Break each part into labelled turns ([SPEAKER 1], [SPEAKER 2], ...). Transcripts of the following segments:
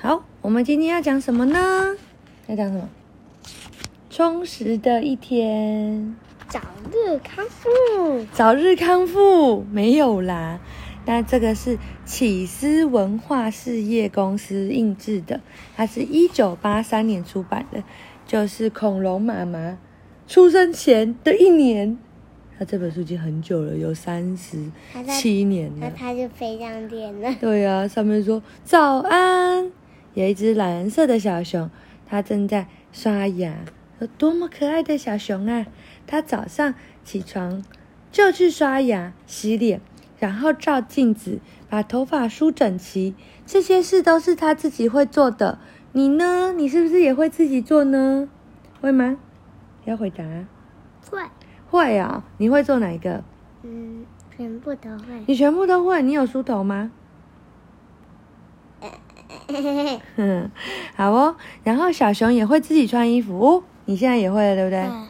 [SPEAKER 1] 好，我们今天要讲什么呢？要讲什么？充实的一天，
[SPEAKER 2] 早日康复。
[SPEAKER 1] 早日康复。没有啦，那这个是启思文化事业公司印制的，它是一九八三年出版的，就是恐龙妈妈出生前的一年。它这本书已经很久了，有三十
[SPEAKER 2] 它在
[SPEAKER 1] 七年
[SPEAKER 2] 那
[SPEAKER 1] 了。
[SPEAKER 2] 它就飞上天了。
[SPEAKER 1] 对啊呀、上面说早安，有一只蓝色的小熊，它正在刷牙。有多么可爱的小熊啊！它早上起床就去刷牙、洗脸，然后照镜子，把头发梳整齐。这些事都是它自己会做的。你呢？你是不是也会自己做呢？会吗？要回答。啊
[SPEAKER 2] 会，
[SPEAKER 1] 会啊、你会做哪一个？
[SPEAKER 2] 嗯，全部都会。
[SPEAKER 1] 你全部都会。你有梳头吗？
[SPEAKER 2] 嘿嘿嘿，
[SPEAKER 1] 嗯， 好哦。然后小熊也会自己穿衣服哦，你现在也会了，对不对？
[SPEAKER 2] 嗯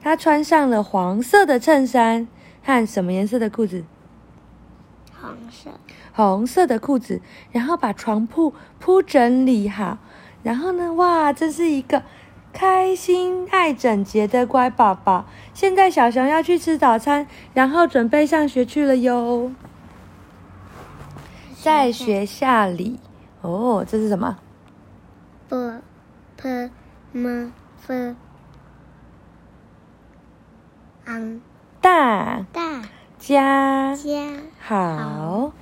[SPEAKER 1] 它穿上了黄色的衬衫和什么颜色的裤子？
[SPEAKER 2] 红色，
[SPEAKER 1] 红色的裤子，然后把床铺铺整理好。然后呢，哇，真是一个开心爱整洁的乖宝宝。现在小熊要去吃早餐，然后准备上学去了哟。在学校里，哦，这是什么？
[SPEAKER 2] 不，p m f，昂
[SPEAKER 1] 大
[SPEAKER 2] 大
[SPEAKER 1] 家
[SPEAKER 2] 家
[SPEAKER 1] 好，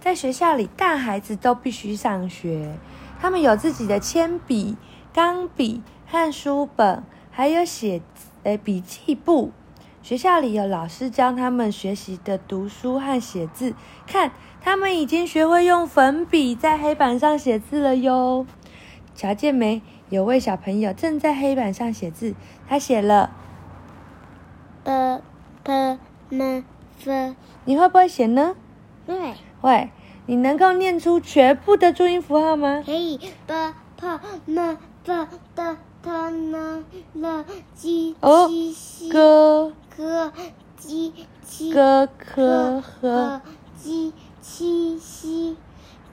[SPEAKER 1] 在学校里，大孩子都必须上学，他们有自己的铅笔、钢笔和书本，还有写呃笔记簿。学校里有老师教他们学习的读书和写字，看他们已经学会用粉笔在黑板上写字了哟。瞧见没？有位小朋友正在黑板上写字，他写了。
[SPEAKER 2] ，b p m f，
[SPEAKER 1] 你会不会写呢？
[SPEAKER 2] 对，
[SPEAKER 1] 会。你能够念出全部的注音符号吗？
[SPEAKER 2] 可以 b p m f 的 t n l j
[SPEAKER 1] 哦
[SPEAKER 2] q x
[SPEAKER 1] 哥
[SPEAKER 2] j q
[SPEAKER 1] 哥科
[SPEAKER 2] 和
[SPEAKER 1] 呵，
[SPEAKER 2] 鸡七夕，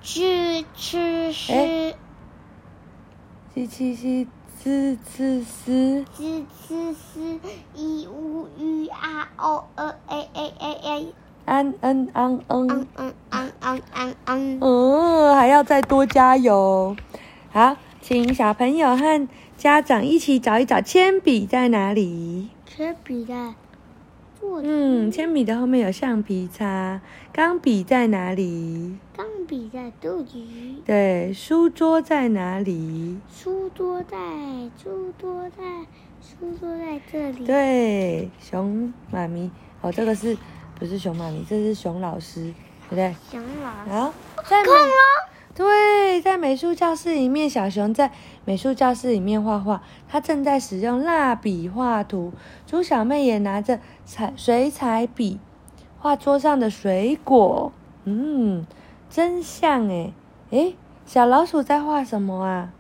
[SPEAKER 2] 知吃
[SPEAKER 1] 哎
[SPEAKER 2] 诗，
[SPEAKER 1] 七七七滋滋滋，
[SPEAKER 2] 知吃诗，一乌鱼啊哦呃哎哎哎哎，
[SPEAKER 1] 安恩安恩
[SPEAKER 2] 昂，昂昂昂昂昂，
[SPEAKER 1] 嗯，还要再多加油。好，请小朋友和家长一起找一找铅笔在哪里。
[SPEAKER 2] 铅笔的，我
[SPEAKER 1] 嗯，铅笔的后面有橡皮擦，钢笔在哪里？
[SPEAKER 2] 钢笔在肚里，
[SPEAKER 1] 对，书桌在哪里？
[SPEAKER 2] 书桌在，书桌在，书桌在这里，
[SPEAKER 1] 对，熊妈咪，哦，这个是不是熊妈咪？这是熊老师，对不对？
[SPEAKER 2] 想老师，
[SPEAKER 1] 好，在恐龙。对，在美术教室里面，小熊在美术教室里面画画，它正在使用蜡笔画图。猪小妹也拿着彩水彩笔画桌上的水果。嗯，真像诶诶，小老鼠在画什么啊？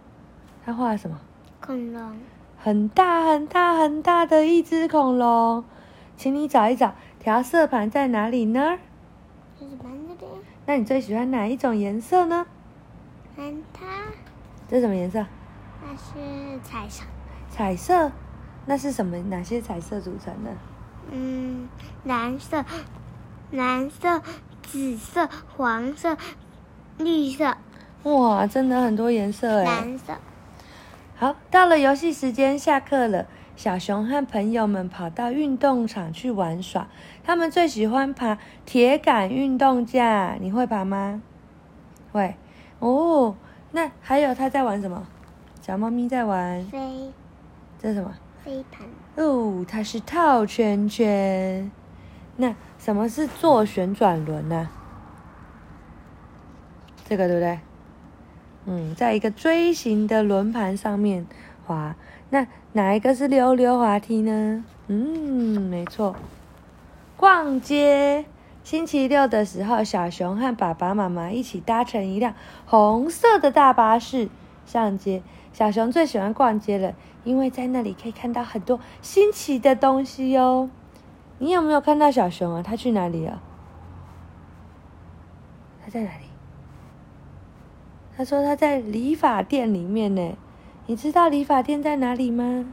[SPEAKER 1] 它画什么？
[SPEAKER 2] 恐龙，
[SPEAKER 1] 很大很大很大的一只恐龙，请你找一找调色盘在哪里呢？
[SPEAKER 2] 就是盘这边，
[SPEAKER 1] 那你最喜欢哪一种颜色呢？
[SPEAKER 2] 盘它，
[SPEAKER 1] 这是什么颜色？
[SPEAKER 2] 那是彩色。
[SPEAKER 1] 彩色，那是什么？哪些彩色组成的？
[SPEAKER 2] 嗯，蓝色、蓝色、紫色、黄色、绿色、
[SPEAKER 1] 哇，真的很多颜色哎！
[SPEAKER 2] 蓝色。
[SPEAKER 1] 好，到了游戏时间，下课了。小熊和朋友们跑到运动场去玩耍，他们最喜欢爬铁杆运动架。你会爬吗？会。哦，那还有他在玩什么？小猫咪在玩，
[SPEAKER 2] 飞
[SPEAKER 1] 这是什么？
[SPEAKER 2] 飞盘，
[SPEAKER 1] 哦，它是套圈圈。那什么是做旋转轮呢、这个对不对？嗯，在一个锥形的轮盘上面滑。那哪一个是溜溜滑梯呢？嗯，没错。逛街，星期六的时候，小熊和爸爸妈妈一起搭乘一辆红色的大巴士上街。小熊最喜欢逛街了，因为在那里可以看到很多新奇的东西哟、你有没有看到小熊啊？它去哪里了？它在哪里？他说他在理发店里面呢。你知道理发店在哪里吗？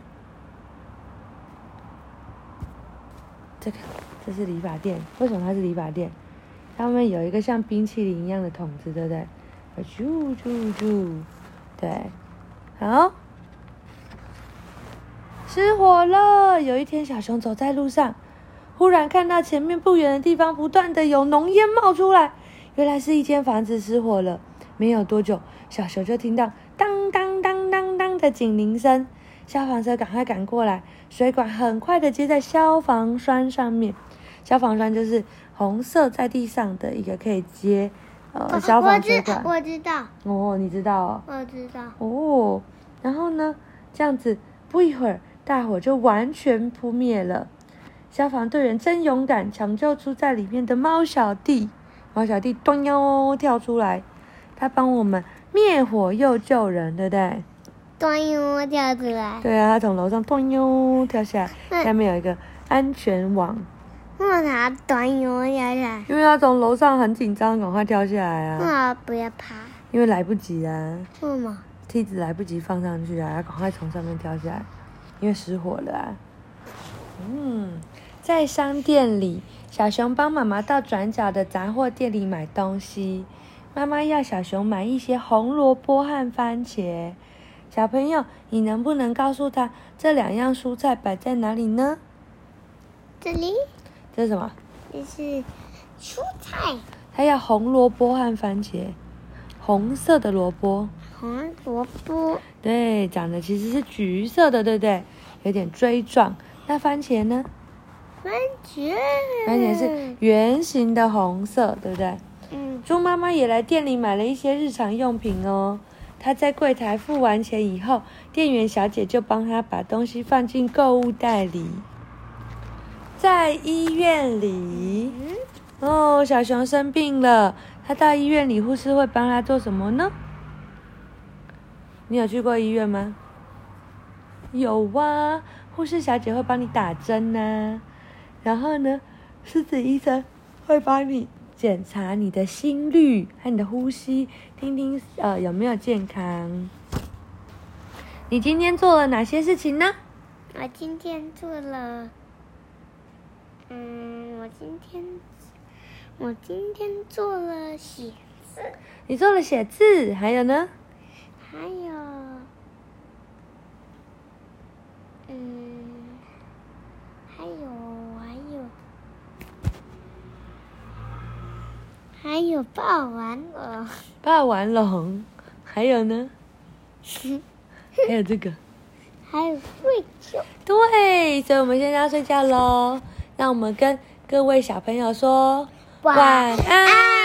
[SPEAKER 1] 这个，这是理发店。为什么它是理发店？他们有一个像冰淇淋一样的桶子，对不对？啾啾啾，对，好。失火了！有一天，小熊走在路上，忽然看到前面不远的地方不断的有浓烟冒出来，原来是一间房子失火了。没有多久，小熊就听到当当当当当的警铃声，消防车赶快赶过来，水管很快的接在消防栓上面。消防栓就是红色在地上的一个可以接呃消
[SPEAKER 2] 哦我
[SPEAKER 1] 防水
[SPEAKER 2] 知
[SPEAKER 1] 管。
[SPEAKER 2] 我知道，
[SPEAKER 1] 哦，你知道哦。
[SPEAKER 2] 我知道。
[SPEAKER 1] 哦，然后呢，这样子不一会儿，大火就完全扑灭了。消防队员真勇敢，抢救出在里面的猫小弟。猫小弟咚哟跳出来，他帮我们灭火又救人，对不对？
[SPEAKER 2] 端我跳出来，
[SPEAKER 1] 对啊，他从楼上咚哟跳下来，
[SPEAKER 2] 嗯
[SPEAKER 1] 下面有一个安全网，
[SPEAKER 2] 我拿端我跳下来，
[SPEAKER 1] 因为他从楼上很紧张，赶快跳下来啊，
[SPEAKER 2] 我不要爬，
[SPEAKER 1] 因为来不及啊。
[SPEAKER 2] 为什么？
[SPEAKER 1] 梯子来不及放上去啊，要赶快从上面跳下来，因为失火了啊。嗯，在商店里，小熊帮妈妈到转角的杂货店里买东西。妈妈要小熊买一些红萝卜和番茄。小朋友，你能不能告诉他这两样蔬菜摆在哪里呢？
[SPEAKER 2] 这里
[SPEAKER 1] 这是什么？
[SPEAKER 2] 这是蔬菜，
[SPEAKER 1] 他要红萝卜和番茄，红色的萝卜。
[SPEAKER 2] 红萝卜，
[SPEAKER 1] 对，长得其实是橘色的，对不对？有点锥状。那番茄呢？
[SPEAKER 2] 番茄，
[SPEAKER 1] 番茄是，圆形的红色，对不对？
[SPEAKER 2] 嗯，
[SPEAKER 1] 猪妈妈也来店里买了一些日常用品哦。她在柜台付完钱以后，店员小姐就帮她把东西放进购物袋里。在医院里，哦，小熊生病了，他到医院里，护士会帮他做什么呢？你有去过医院吗？有啊，护士小姐会帮你打针啊呐、然后呢，狮子医生会帮你检查你的心率和你的呼吸，听听呃有没有健康。你今天做了哪些事情呢？
[SPEAKER 2] 我今天做了，嗯，我今天，我今天做了写字，
[SPEAKER 1] 你做了写字，还有呢？
[SPEAKER 2] 还有，嗯，还有还有，还有抱完了，
[SPEAKER 1] 霸王龙，还有呢？还有这个。
[SPEAKER 2] 还有睡觉，
[SPEAKER 1] 对，所以我们现在要睡觉喽。那我们跟各位小朋友说
[SPEAKER 2] 晚
[SPEAKER 1] 晚安